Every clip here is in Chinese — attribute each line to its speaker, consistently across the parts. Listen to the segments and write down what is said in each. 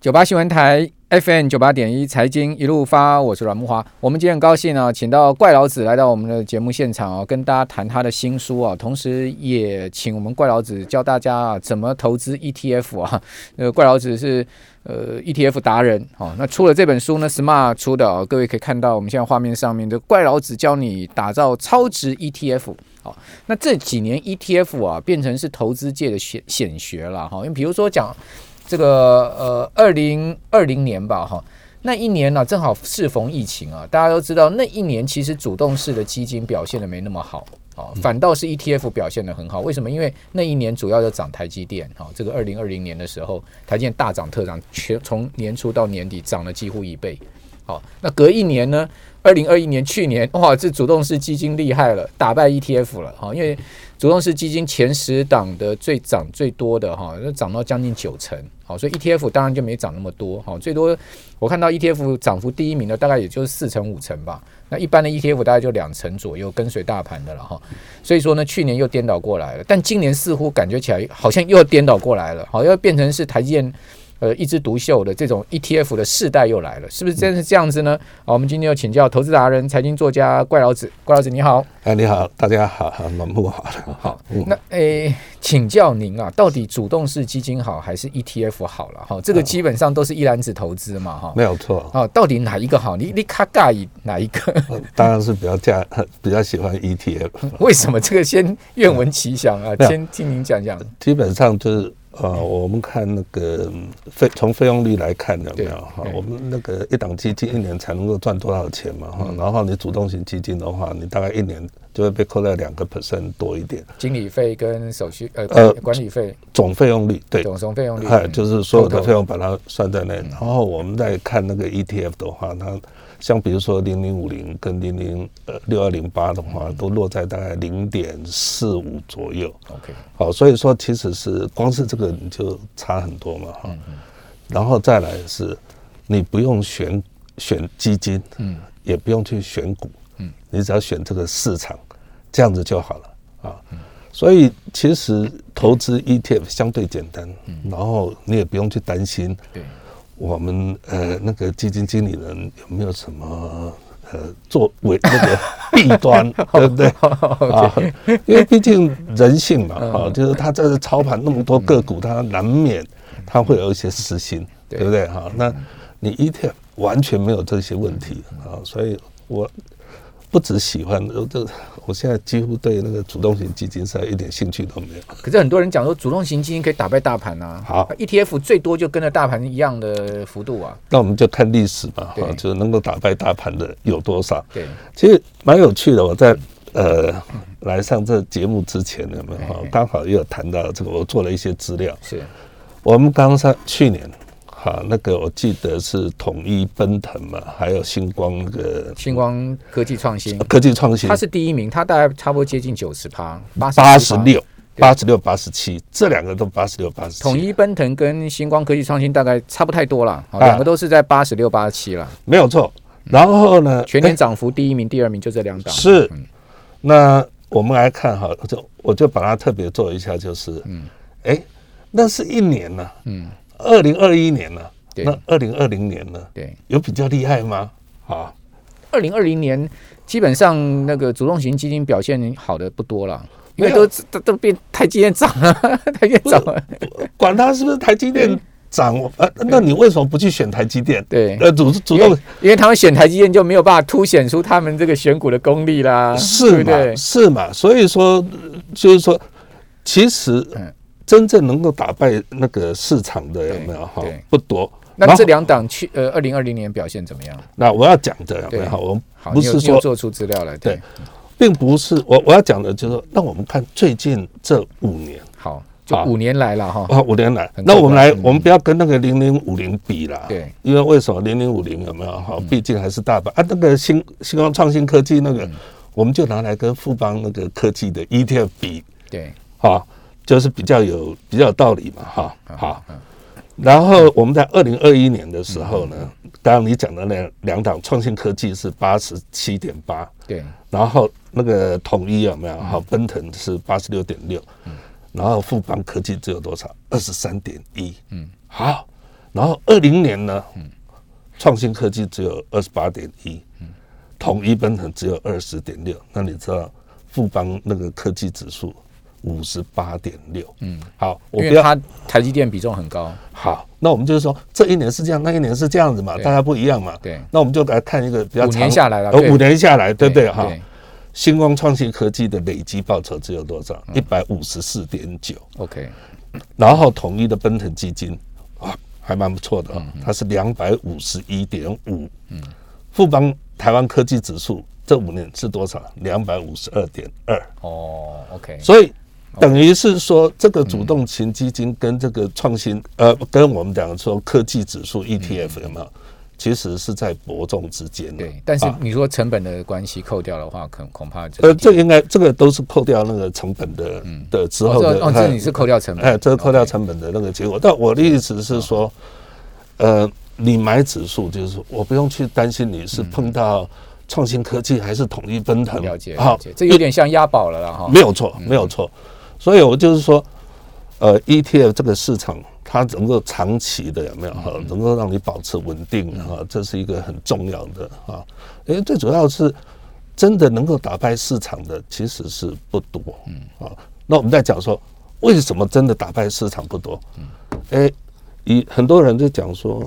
Speaker 1: 九八新闻台 FM 九八点一财经一路发，我是阮木华。我们今天很高兴啊，请到怪老子来到我们的节目现场啊，跟大家谈他的新书啊，同时也请我们怪老子教大家啊怎么投资 ETF 啊。呃，怪老子是呃 ETF 达人哦。那出了这本书呢，Smart 出的哦，各位可以看到我们现在画面上面的怪老子教你打造超值 ETF。好、哦，那这几年 ETF 啊，变成是投资界的显显学了哈、哦。因为比如说讲。这个呃，二零二零年吧，哈，那一年呢、啊，正好适逢疫情啊，大家都知道，那一年其实主动式的基金表现的没那么好，哦，反倒是 ETF 表现的很好。为什么？因为那一年主要就涨台积电，哈、哦，这个二零二零年的时候，台积电大涨特涨，全从年初到年底涨了几乎一倍。好、哦，那隔一年呢？二零二一年，去年哇，这主动式基金厉害了，打败 ETF 了哈、哦。因为主动式基金前十档的最涨最多的哈，那、哦、涨到将近九成。好，所以 ETF 当然就没涨那么多哈。最多我看到 ETF 涨幅第一名的大概也就是四成五成吧。那一般的 ETF 大概就两成左右，跟随大盘的了哈。所以说呢，去年又颠倒过来了，但今年似乎感觉起来好像又颠倒过来了，好要变成是台积电。呃，一枝独秀的这种 ETF 的世代又来了，是不是真是这样子呢？好，我们今天要请教投资达人、财经作家怪老子。怪老子，你好。
Speaker 2: 哎、啊，你好，大家好，蛮不好的。
Speaker 1: 好，那诶，请教您啊，到底主动式基金好还是 ETF 好了？哈、哦，这个基本上都是一篮子投资嘛，哈、哦。
Speaker 2: 没有错。
Speaker 1: 哦，到底哪一个好？你你卡尬以哪一个？
Speaker 2: 当然是比较价， 比较喜欢 E ETF。
Speaker 1: 为什么？这个先愿闻其详啊，嗯、先听您讲讲。
Speaker 2: 基本上就是。啊，我们看那个费从费用率来看有没有哈？我们那个一档基金一年才能够赚多少钱嘛哈？然后你主动型基金的话，你大概一年就会被扣掉两个 percent 多一点，
Speaker 1: 经理费跟手续呃呃管理费
Speaker 2: 总费用率对
Speaker 1: 总总费用率，
Speaker 2: 哎，就是所有的费用把它算在内。
Speaker 1: 嗯
Speaker 2: 然后我们再看那个 ETF 的话，它像比如说零零五零跟零零呃六二零八的话，都落在大概零点四五左右。
Speaker 1: OK，
Speaker 2: 好，所以说其实是光是这个。你就差很多嘛哈，然后再来是，你不用选选基金，嗯，也不用去选股，嗯，你只要选这个市场，这样子就好了啊。所以其实投资 ETF 相对简单，然后你也不用去担心，
Speaker 1: 对，
Speaker 2: 我们呃那个基金经理人有没有什么？呃，作为那个 弊端，对不对？啊，因为毕竟人性嘛，哈，就是他在这操盘那么多个股，他难免他会有一些私心，对不对？哈，那你 ETF 完全没有这些问题啊，所以我不只喜欢，呃这我现在几乎对那个主动型基金是一点兴趣都没有。
Speaker 1: 可是很多人讲说，主动型基金可以打败大盘啊，
Speaker 2: 好
Speaker 1: ，ETF 最多就跟着大盘一样的幅度啊。
Speaker 2: 那我们就看历史吧，哈，就是能够打败大盘的有多少？
Speaker 1: 对，
Speaker 2: 其实蛮有趣的。我在呃来上这节目之前有没有？哈，刚好也有谈到这个，我做了一些资料。
Speaker 1: 是，
Speaker 2: 我们刚上去年。啊，那个我记得是统一奔腾嘛，还有星光那个
Speaker 1: 星光科技创新，
Speaker 2: 科技创新，
Speaker 1: 它是第一名，它大概差不多接近九十趴，
Speaker 2: 嗯八十六，八十六，八十七，这两个都八十六、八十。
Speaker 1: 统一奔腾跟星光科技创新大概差不太多了，两、啊、个都是在八十六、八十七了，
Speaker 2: 没有错。然后呢，
Speaker 1: 全年涨幅第一名、第二名就这两档。
Speaker 2: 是，嗯、那我们来看哈，就我就把它特别做一下，就是，嗯，哎、欸，那是一年呢、啊，嗯。二零二一年呢、啊？那二零二零年呢？
Speaker 1: 对，
Speaker 2: 有比较厉害吗？啊，
Speaker 1: 二零二零年基本上那个主动型基金表现好的不多了，因为都都都变台积电涨了， 台积电涨啊了，
Speaker 2: 管它是不是台积电涨，呃、啊，那你为什么不去选台积电？
Speaker 1: 对，
Speaker 2: 呃，主主动
Speaker 1: 因，因为他们选台积电就没有办法凸显出他们这个选股的功力啦，
Speaker 2: 是
Speaker 1: 啊对？
Speaker 2: 是嘛？所以说，就是说，其实。嗯真正能够打败那个市场的有没有哈？不多。
Speaker 1: 那这两档去呃，二零二零年表现怎么样？
Speaker 2: 那我要讲的有没有？我们不是说
Speaker 1: 做出资料来
Speaker 2: 对，并不是我我要讲的就是说，那我们看最近这五年，
Speaker 1: 好，就五年来了哈。
Speaker 2: 啊，五年来，那我们来，我们不要跟那个零零五零比啦。
Speaker 1: 对，
Speaker 2: 因为为什么零零五零有没有哈？毕竟还是大板啊，那个新新光创新科技那个，我们就拿来跟富邦那个科技的 ETF 比。
Speaker 1: 对，
Speaker 2: 好。就是比较有比较有道理嘛，哈好。然后我们在二零二一年的时候呢，刚刚你讲的那两档创新科技是八十七点八，
Speaker 1: 对。
Speaker 2: 然后那个统一有没
Speaker 1: 嗯
Speaker 2: 有？好，奔腾是八十六点
Speaker 1: 嗯
Speaker 2: 六，然后富邦科技只有多少？二十三点一，嗯。好，然后二零年呢，创新科技只有二十八点一，
Speaker 1: 嗯
Speaker 2: 统一奔腾只有二十点六。那你知道富邦那个科技指数五十八点六，嗯，好，我
Speaker 1: 因
Speaker 2: 不
Speaker 1: 为
Speaker 2: 要
Speaker 1: 它台积电比重很高，
Speaker 2: 好，那我们就是说这一年是这样，那一年是这样子嘛，
Speaker 1: 对
Speaker 2: 大家不一样嘛。
Speaker 1: 对
Speaker 2: 那我们就来看一个比较
Speaker 1: 五
Speaker 2: 长
Speaker 1: 年下来了
Speaker 2: 呃
Speaker 1: 对
Speaker 2: 五年下来，对不对？哈，
Speaker 1: 对
Speaker 2: 星光创新科技的累积报酬只有多少？
Speaker 1: 嗯
Speaker 2: 一百五十四点九。
Speaker 1: ，OK，
Speaker 2: 然后统一的奔腾基金啊，还蛮不错
Speaker 1: 嗯
Speaker 2: 的、哦，它是两百五十一点五。嗯，富邦台湾科技指数这五年是多少？两百五十二点二。
Speaker 1: 哦，OK，
Speaker 2: 所以等于是说，这个主动型基金跟这个创新，
Speaker 1: 嗯
Speaker 2: 呃，跟我们讲说科技指数 ETF 有没有？其实是在伯仲之间的。
Speaker 1: 对，但是嗯
Speaker 2: 啊
Speaker 1: 你说成本的关系扣掉的话，恐恐怕
Speaker 2: 呃，这应该这个都是扣掉那个成本的的之
Speaker 1: 哦
Speaker 2: 后
Speaker 1: 这
Speaker 2: 的，
Speaker 1: 哦这
Speaker 2: 哎
Speaker 1: 你是嗯扣掉成本
Speaker 2: 哎，这是扣掉
Speaker 1: OK
Speaker 2: 成本的那个结果。但我的意思是说，呃，你买指数就是说我不用去担心你是碰到创新科技还是统一奔腾，
Speaker 1: 嗯了解了
Speaker 2: 好
Speaker 1: 解，，这有点像押宝了啦哈
Speaker 2: 没。有错，没有错。所以我就是说，呃，ETF 这个市场它能够长期的有没有哈，能够让你保持稳定啊，这是一个很重要的啊。因为最主要是真的能够打败市场的其实是不多，嗯啊。那我们在讲说，为什么真的打败市场不多？哎，以很多人就讲说，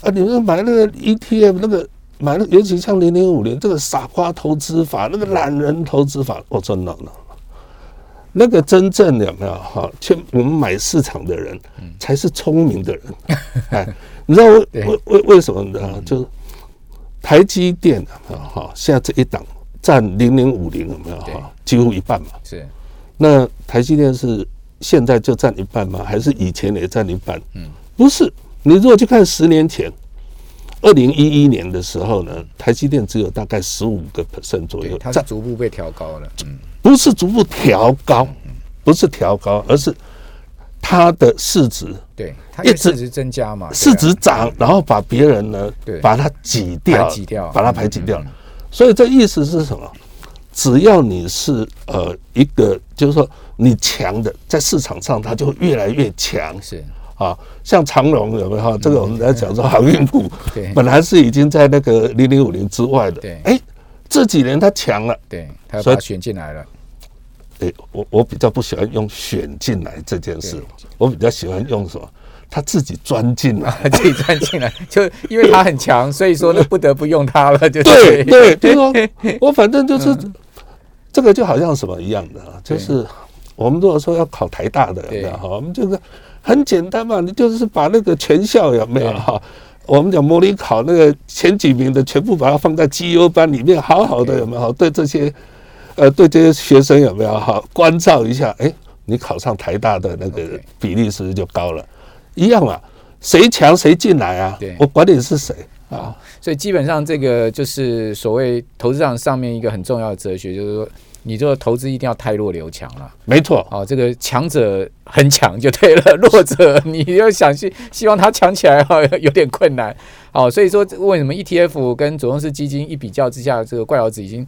Speaker 2: 啊，你们买那个 ETF 那个买那个，尤其像零零五零这个傻瓜投资法，那个懒人投资法，我说 no no，那个真正有没有哈？去我们买市场的人才是聪明 的人。哎，你知道为
Speaker 1: 嗯对嗯
Speaker 2: 为为为什么呢？就是台积电有没有哈？现在这一档占零零五零有没有
Speaker 1: 对
Speaker 2: 哈？几乎一半嘛。
Speaker 1: 是
Speaker 2: 那台积电是现在就占一半吗？还是以前也占一半？嗯，不是。你如果去看十年前，二零一一年的时候呢，台积电只有大概十五个 percent 左
Speaker 1: 嗯对，
Speaker 2: 右
Speaker 1: 它是
Speaker 2: 占，
Speaker 1: 逐步被调高了，嗯，
Speaker 2: 不是逐步调高，不是调高，而是它的市值
Speaker 1: 对，它因为
Speaker 2: 一直
Speaker 1: 市值增加嘛，对啊
Speaker 2: 市值涨，然后把别人呢
Speaker 1: 对，
Speaker 2: 把它挤掉，
Speaker 1: 排挤掉嗯
Speaker 2: 把它排挤掉。所以这意思是什么？只要你是呃一个，就是说你强的，在市场上它就会越来越强
Speaker 1: 是嗯
Speaker 2: 啊。像长荣有没有？这个我们在讲说航运股
Speaker 1: 对，
Speaker 2: 本来是已经在那个零零五零之外的，
Speaker 1: 对
Speaker 2: 哎，这几年它强了。
Speaker 1: 对，它要
Speaker 2: 所
Speaker 1: 把
Speaker 2: 以
Speaker 1: 它选进来了，
Speaker 2: 对我我比较不喜欢用选进来这件事
Speaker 1: 对，
Speaker 2: 我比较喜欢用什么？他自己钻进来。
Speaker 1: 自己钻进来，就因为它很强，所以说呢不得不用它了，就
Speaker 2: 对对，就是说我反正就是这个就好像什么一样的啊，
Speaker 1: 嗯
Speaker 2: 就
Speaker 1: 对
Speaker 2: 是我们如果说要考台大的
Speaker 1: 对
Speaker 2: 人啊哈，我们就是很简单嘛，你就是把那个全校有没有
Speaker 1: 对
Speaker 2: 哈。我们讲模拟考那个前几名的，全部把它放在绩优班里面，好好的
Speaker 1: 对
Speaker 2: 有没有？对这些，呃，对这些学生有没有哈关照一下？哎，你考上台大的那个
Speaker 1: OK
Speaker 2: 比例是不是就高了？一样嘛，谁强谁进来啊
Speaker 1: 对？
Speaker 2: 我管你是谁啊，
Speaker 1: 所以基本上这个就是所谓投资场上面一个很重要的哲学，就是说你这个投资一定要汰弱留强了。
Speaker 2: 没错，
Speaker 1: 哦，这个强者很强就对了， 弱者你要想去希望他强起来哈、有点困难。哦，所以说为什么 ETF 跟主动式基金一比较之下，这个怪老子已经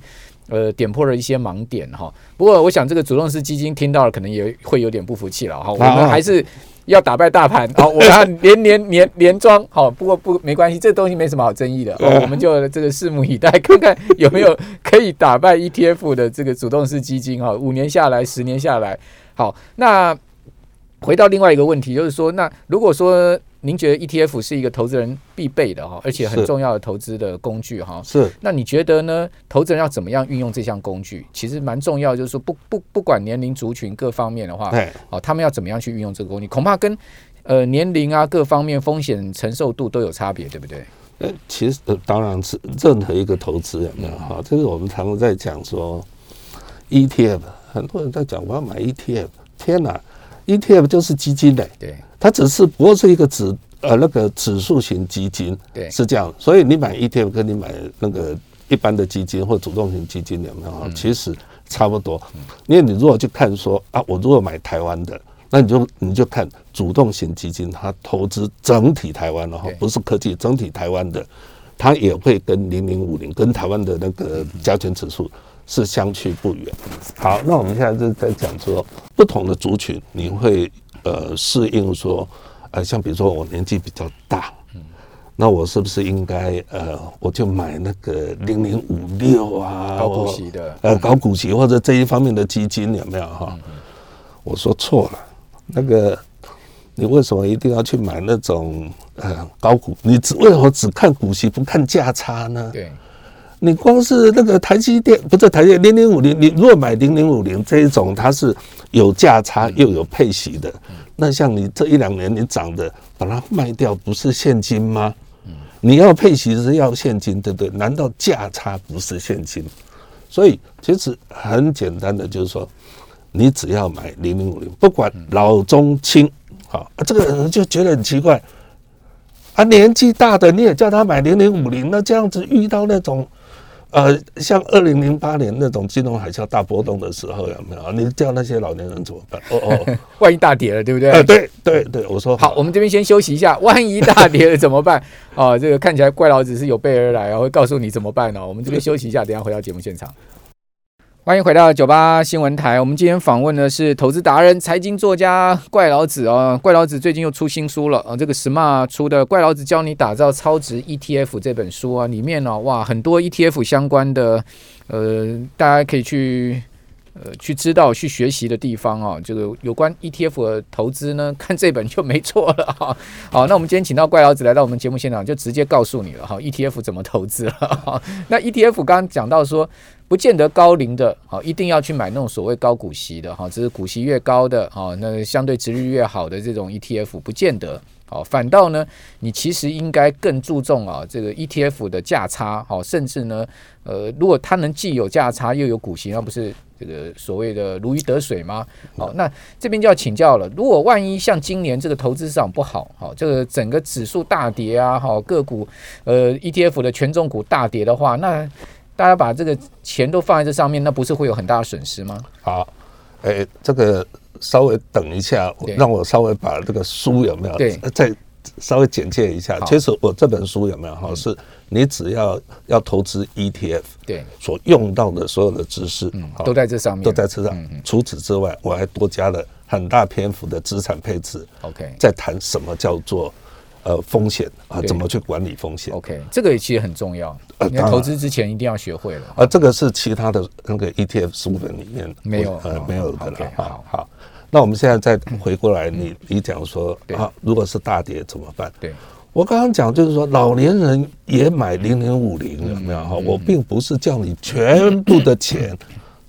Speaker 1: 呃点破了一些盲点哈、不过我想这个主动式基金听到了可能也会有点不服气了哈、我们还是。要打败大盘，哦好、我们要连连连连庄，好、不过不没关系，这东西没什么好争议的，哦、我们就这个拭目以待，看看有没有可以打败 ETF 的这个主动式基金哈、五年下来，十年下来，好，那回到另外一个问题，就是说，那如果说您觉得 ETF 是一个投资人必备的哈，而且很
Speaker 2: 是
Speaker 1: 重要的投资的工具哈，
Speaker 2: 是。
Speaker 1: 那你觉得呢？投资人要怎么样运用这项工具？其实蛮重要，就是说不不不管年龄、族群各方面的话，
Speaker 2: 哎，
Speaker 1: 哦，他们要怎么样去运用这个工具？恐怕跟呃年龄啊各方面风险承受度都有差别，对不对？
Speaker 2: 呃，其实、呃、当然是任何一个投资人啊，哈、这个我们常常在讲说 ETF，很多人在讲我要买 ETF，天哪，ETF 就是基金嘞、
Speaker 1: 对
Speaker 2: 它只是不过是一个指呃那个指数型基金，
Speaker 1: 对
Speaker 2: 是这样。所以你买 ETF 跟你买那个一般的基金或主动型基金有没有啊？
Speaker 1: 嗯
Speaker 2: 其实差不多。因为你如果去看说啊，我如果买台湾的，那你就你就看主动型基金，它投资整体台湾了哈
Speaker 1: 对，
Speaker 2: 不是科技，整体台湾的，它也会跟零零五零跟台湾的那个
Speaker 1: 嗯
Speaker 2: 加权指数是相去不远。好，那我们现在就在讲说不同的族群，你会呃适应说，呃，像比如说我年纪比较大，
Speaker 1: 嗯
Speaker 2: 那我是不是应该呃，我就买那个零零五六啊，
Speaker 1: 嗯高股
Speaker 2: 我
Speaker 1: 息的嗯
Speaker 2: 呃，高股息或者这一方面的基金有没有哈？我说错了，那个你为什么一定要去买那种呃高股？你只为何只看股息不看价差呢？
Speaker 1: 对，
Speaker 2: 你光是那个台积电，不是台积电零零五零，你如果买零零五零这一种，它是有价差又有配息的。那像你这一两年你涨的，把它卖掉，不是现金吗？你要配息是要现金，对不对？难道价差不是现金？所以其实很简单的，就是说，你只要买零零五零，不管老中青，好、啊，这个人就觉得很奇怪。啊，年纪大的你也叫他买零零五零，那这样子遇到那种，呃，像二零零八年那种金融海啸大波动的时候，有没有？你叫那些老年人怎么办？哦哦，
Speaker 1: 万一大跌了，对不对？
Speaker 2: 呃，对对对，我说
Speaker 1: 好，我们这边先休息一下。万一大跌了怎么办？哦，这个看起来怪老子是有备而来啊，会告诉你怎么办呢、哦我们这边休息一下，等一下回到节目现场。欢迎回到九八新闻台，我们今天访问的是投资达人、财经作家怪老子啊、哦。怪老子最近又出新书了啊、这个 Smart 出的《怪老子教你打造超值 ETF》这本书啊，里面呢、哇，很多 ETF 相关的呃，大家可以去呃去知道、去学习的地方啊、这个有关 ETF 的投资呢， 看这本就没错了哈、 好，那我们今天请到怪老子来到我们节目现场，就直接告诉你了哈、ETF 怎么投资了、哈 那 ETF 刚刚讲到说，不见得高龄的，好、一定要去买那种所谓高股息的哈、只是股息越高的，好、那相对值率越好的这种 ETF 不见得。好，反倒呢，你其实应该更注重啊这个 ETF 的价差，好、甚至呢，呃，如果它能既有价差又有股息，那不是这个所谓的如鱼得水吗？好、那这边就要请教了。如果万一像今年这个投资市场不好，好、这个整个指数大跌啊，好、个股呃 ETF 的权重股大跌的话，那大家把这个钱都放在这上面，那不是会有很大的损失吗？
Speaker 2: 好，哎，这个稍微等一下
Speaker 1: 对，
Speaker 2: 让我稍微把这个书有没有
Speaker 1: 对
Speaker 2: 再稍微简介一下
Speaker 1: 好。嗯
Speaker 2: 其实我这本书有没有哈，是你只要要投资 ETF
Speaker 1: 对，嗯
Speaker 2: 所用到的所有的知识，好
Speaker 1: 都在这上面，嗯
Speaker 2: 都在车上。除此之外，我还多加了很大篇幅的资产配置，
Speaker 1: OK
Speaker 2: 在谈什么叫做呃风险啊，
Speaker 1: 对哦
Speaker 2: 怎么去管理风险。
Speaker 1: OK，这个其实很重要，
Speaker 2: 呃
Speaker 1: 你在
Speaker 2: 当然
Speaker 1: 投资之前一定要学会了。
Speaker 2: 啊，这个是其他的那个 ETF 书本里面
Speaker 1: 没有
Speaker 2: 我呃
Speaker 1: 哦
Speaker 2: 没有的了
Speaker 1: OK，。好嗯
Speaker 2: 好，好，那我们现在再回过来，你你讲说
Speaker 1: 对
Speaker 2: 啊，如果是大跌怎么办？
Speaker 1: 对，
Speaker 2: 我刚刚讲就是说，老年人也买零零五零
Speaker 1: 嗯
Speaker 2: 有没有哈？我并不是叫你全部的钱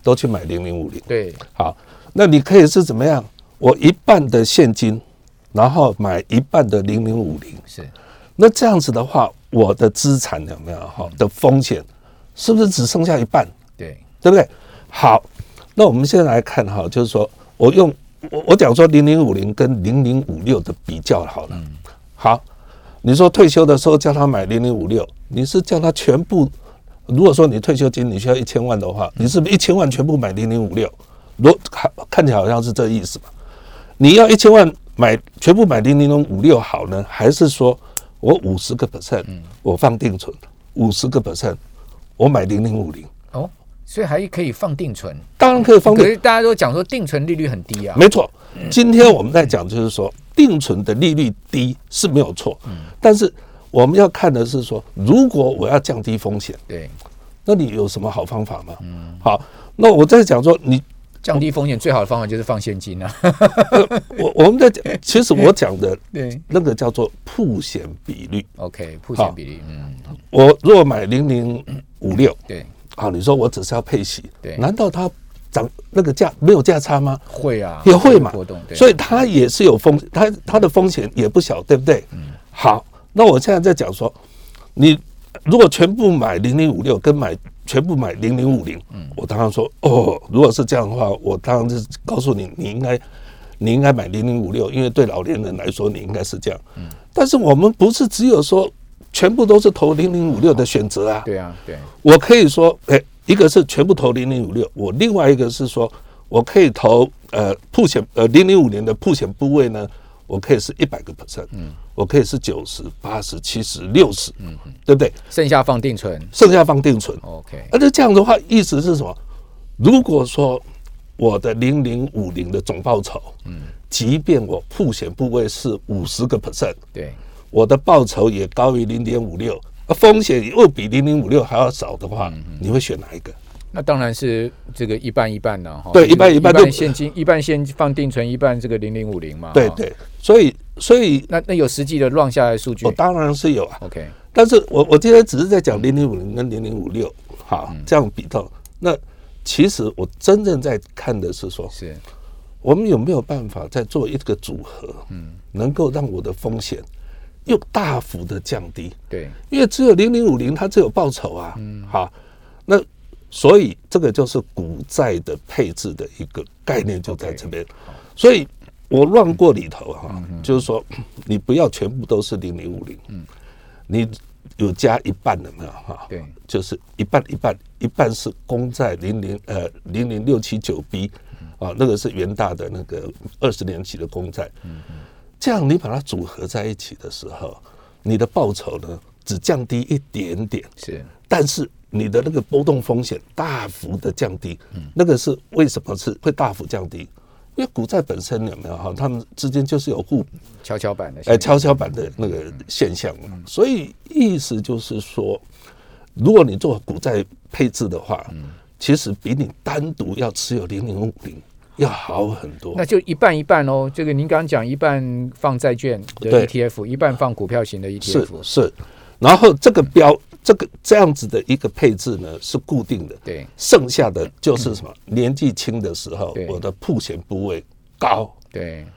Speaker 2: 都去买零零五零，
Speaker 1: 对，
Speaker 2: 好，那你可以是怎么样？我一半的现金，然后买一半的零零五零。
Speaker 1: 是，
Speaker 2: 那这样子的话，我的资产有没有哈的风险，是不是只剩下一半？
Speaker 1: 对，
Speaker 2: 对不对？好，那我们现在来看哈，就是说我用我我讲说零零五零跟零零五六的比较好了。好，你说退休的时候叫他买零零五六，你是叫他全部？如果说你退休金你需要一千万的话，你是不是一千万全部买零零五六？如看看起来好像是这意思吧？你要一千万买全部买零零五六好呢，还是说我五十个 percent 我放定存，五十个 percent 我买零零五零？
Speaker 1: 哦，所以还可以放定存，
Speaker 2: 当然可以方
Speaker 1: 可
Speaker 2: 便，
Speaker 1: 是大家都讲说定存利率很低啊。
Speaker 2: 没错。今天我们在讲就是说，定存的利率低是没有错，
Speaker 1: 嗯
Speaker 2: 但是我们要看的是说，如果我要降低风险，
Speaker 1: 对，
Speaker 2: 那你有什么好方法吗？
Speaker 1: 嗯
Speaker 2: 好，那我在讲说，你
Speaker 1: 降低风险最好的方法就是放现金啊。
Speaker 2: 我我们在讲，其实我讲的
Speaker 1: 对
Speaker 2: 那个叫做铺险比率。
Speaker 1: ，OK，铺险比例，嗯，
Speaker 2: 我如果买零零五六，
Speaker 1: 对，
Speaker 2: 啊，你说我只是要配息
Speaker 1: 对，
Speaker 2: 难道它涨那个价没有价差吗？
Speaker 1: 会啊，
Speaker 2: 也会嘛
Speaker 1: 波动，，对，
Speaker 2: 所以它也是有风，它它的风险也不小，对不
Speaker 1: 嗯
Speaker 2: 对？好，那我现在在讲说，你如果全部买零零五六，跟买全部买零零五零，
Speaker 1: 嗯
Speaker 2: 我当然说哦，如果是这样的话，我当然是告诉你，你应该你应该买零零五六，因为对老年人来说，你应该是这样。
Speaker 1: 嗯
Speaker 2: 但是我们不是只有说全部都是投零零五六的选择啊，
Speaker 1: 对啊，对，
Speaker 2: 我可以说，哎、一个是全部投零零五六，我另外一个是说我可以投呃铺险呃零零五年的铺险部位呢，我可以是一百个 percent，嗯，我可以是九十八十七十六十，嗯，对不对？
Speaker 1: 剩下放定存
Speaker 2: 剩下放定存，
Speaker 1: ，OK，
Speaker 2: 啊，那这样的话，意思是什么？如果说我的零零五零的总报酬，嗯，即便我铺险部位是五十个 percent，
Speaker 1: 对，
Speaker 2: 我的报酬也高于零点五六，而风险又比零零五六还要少的话，你会选哪一个？
Speaker 1: 那当然是这个一半一半啊了哈。
Speaker 2: 对
Speaker 1: 就是
Speaker 2: 一
Speaker 1: 一
Speaker 2: 半一半就
Speaker 1: 半现金，一半现放定存，一半这个零零五零嘛。
Speaker 2: 对
Speaker 1: 哈。
Speaker 2: 对，所以所以
Speaker 1: 那那有实际的乱下来的数据
Speaker 2: 我当然是有啊，
Speaker 1: ，OK，
Speaker 2: 但是我我今天只是在讲零零五零跟零零五六，好，这样比较。那其实我真正在看的是说，
Speaker 1: 是
Speaker 2: 我们有没有办法再做一个组合，嗯，能够让我的风险又大幅的降低？
Speaker 1: 对，
Speaker 2: 因为只有零零五零，它只有报酬啊，嗯，好，那所以这个就是股债的配置的一个概念就在这边，所以我乱过里头哈、就是说你不要全部都是零零五零，嗯，你有加一半的没有哈、
Speaker 1: 对，
Speaker 2: 就是一半一半，一半是公债零零呃零零六七九 B，啊，那个是元大的那个二十年期的公债，这样你把它组合在一起的时候，你的报酬呢只降低一点点，
Speaker 1: 是
Speaker 2: 但是你的那个波动风险大幅的降低，那个是为什么是会大幅降低？因为股债本身有没有哈，他们之间就是有互补
Speaker 1: 跷跷板的。
Speaker 2: 哎，跷跷板的那个现象嘛。
Speaker 1: 嗯
Speaker 2: 所以意思就是说，如果你做股债配置的话，
Speaker 1: 嗯
Speaker 2: 其实比你单独要持有零零五零要好很多
Speaker 1: 那。就一半一半哦。这个您刚刚讲，一半放债券的
Speaker 2: 对
Speaker 1: ETF，一半放股票型的 E
Speaker 2: 是
Speaker 1: ETF，
Speaker 2: 是，然后这个标这个这样子的一个配置呢是固定的，
Speaker 1: 对，嗯
Speaker 2: 剩下的就是什么？年纪轻的时候
Speaker 1: 对，
Speaker 2: 我的铺险部位高，
Speaker 1: 对，比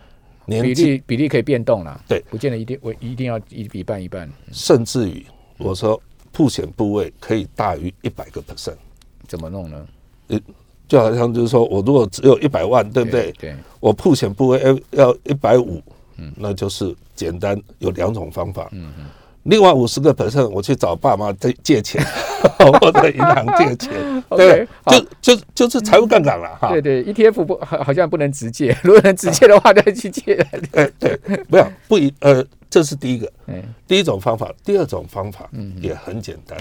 Speaker 2: 年纪
Speaker 1: 例比例可以变动啦。
Speaker 2: 对
Speaker 1: 不见得一定我一定要一一半一半，
Speaker 2: 甚至于
Speaker 1: 嗯
Speaker 2: 我说铺险部位可以大于一百个 percent。
Speaker 1: 怎么弄呢？
Speaker 2: 呃，就好像就是说我如果只有一百万，对不对？
Speaker 1: 对，嗯
Speaker 2: 我铺险部位呃要要一百五，那就是简单有两种方法。另外五十个 percent 我去找爸妈借 借钱，或者银行借钱，对
Speaker 1: OK，
Speaker 2: 不对，就就就是财务杠杆了哈。
Speaker 1: 对对，ETF 不好好像不能直借， 如果能直借的话，再去借。
Speaker 2: 哎对，没有不一呃，这是第一个
Speaker 1: 嗯，
Speaker 2: 第一种方法，第二种方法也很简单，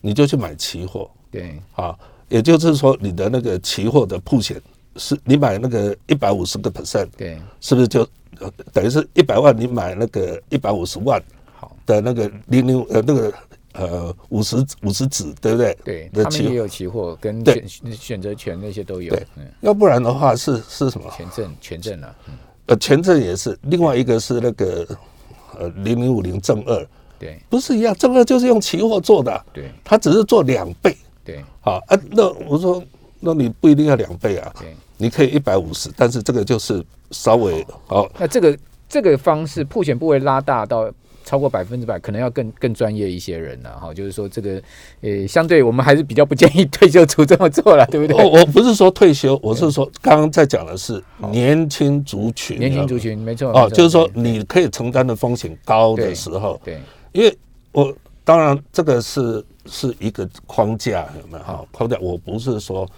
Speaker 2: 你就去买期货。
Speaker 1: 对，
Speaker 2: 啊，也就是说你的那个期货的铺险是你买那个一百五十个 percent，
Speaker 1: 对，
Speaker 2: 是不是就呃等于是一百万你买那个一百五十万
Speaker 1: 好，
Speaker 2: 的那个零零呃那个呃五十五十指对不对？
Speaker 1: 对他
Speaker 2: 的
Speaker 1: 们也
Speaker 2: 期
Speaker 1: 有期货跟
Speaker 2: 对
Speaker 1: 选选择权那些都有
Speaker 2: 对，
Speaker 1: 嗯，
Speaker 2: 要不然的话是是什么？
Speaker 1: 权证权证啊，嗯
Speaker 2: 呃，权证也是，另外一个是那个呃零零五零正二，
Speaker 1: 对
Speaker 2: 不是一样？正二就是用期货做的啊，
Speaker 1: 对
Speaker 2: 它只是做两倍。
Speaker 1: 对
Speaker 2: 好啊，那我说，那你不一定要两倍啊，
Speaker 1: 对。
Speaker 2: 你可以一百五十，但是这个就是稍微好，
Speaker 1: 那这个这个方式，破险部位拉大到超过百分之百，可能要更更专业一些人了哈。就是说，这个呃，相对我们还是比较不建议退休族这么做了，对不对？
Speaker 2: 我我不是说退休，我是说刚刚在讲的是年轻族群，
Speaker 1: 年轻族群没错，
Speaker 2: 哦，
Speaker 1: 没错
Speaker 2: 就是说
Speaker 1: 对
Speaker 2: 你可以承担的风险高
Speaker 1: 对
Speaker 2: 的时候，
Speaker 1: 对
Speaker 2: 因为我当然这个是是一个框架，有没有？哈，框架我不是说，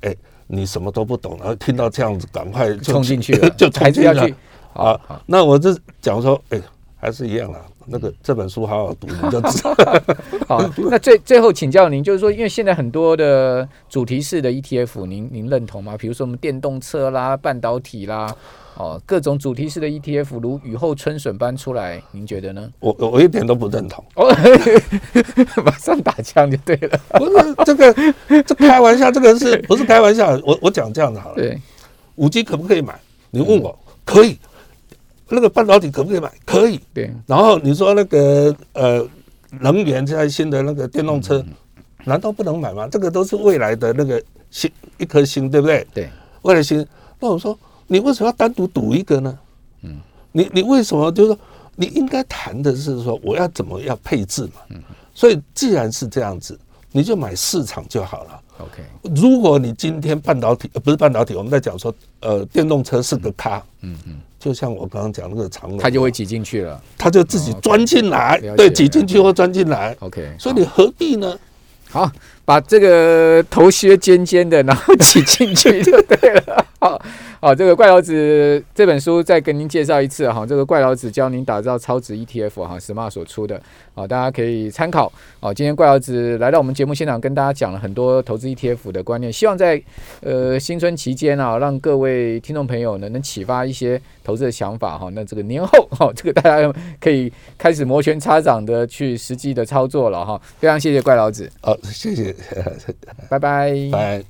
Speaker 2: 哎，你什么都不懂，然后听到这样子赶快就
Speaker 1: 冲进去了
Speaker 2: 就冲
Speaker 1: 还是
Speaker 2: 进
Speaker 1: 要
Speaker 2: 了
Speaker 1: 去
Speaker 2: 啊。那我就讲说，哎，还是一样啦，那个这本书好好读，你就 知道。
Speaker 1: 好，那最最后请教您，就是说，因为现在很多的主题式的 ETF，您您认同吗？比如说我们电动车啦、半导体啦，哦，各种主题式的 ETF 如雨后春笋般出来，您觉得呢？
Speaker 2: 我我我一点都不 认同，
Speaker 1: 哦，马上打枪就对了，
Speaker 2: 不是这个这开玩笑，这个是不是开玩笑？我我讲这样子好了，
Speaker 1: 对
Speaker 2: 五 G 可不可以买？你问我可以，那个半导体可不可以买？可以。
Speaker 1: 对
Speaker 2: 然后你说那个呃能源现在新的那个电动车，难道不能买吗？这个都是未来的那个星一颗星，对不对？
Speaker 1: 对
Speaker 2: 未来星。那我说你为什么要单独赌一个呢？嗯，你你为什么就是说你应该谈的是说我要怎么样配置嘛？嗯，所以既然是这样子，你就买市场就好了。
Speaker 1: ，OK，
Speaker 2: 如果你今天半导体、呃、不是半导体，我们在讲说呃电动车是个咖，嗯嗯，就像我刚刚讲那个长龙，
Speaker 1: 它就会挤进去了
Speaker 2: 他就自己钻进来，
Speaker 1: 哦了解
Speaker 2: 对，挤进去或钻进来，
Speaker 1: ，OK，
Speaker 2: 所以你何必呢？
Speaker 1: 好，把这个头削尖尖的，然后挤进去就对了。好， 哦，这个怪老子这本书再跟您介绍一次哈、这个怪老子教您打造超值 ETF 哈、s m a r t 所出的啊、大家可以参考啊、今天怪老子来到我们节目现场，跟大家讲了很多投资 ETF 的观念，希望在呃新春期间啊，让各位听众朋友呢能启发一些投资的想法哈、那这个年后哈、这个大家可以开始摩拳擦掌的去实际的操作了哈、非常谢谢怪老子，
Speaker 2: 好，谢谢，
Speaker 1: 拜拜。
Speaker 2: 哦拜。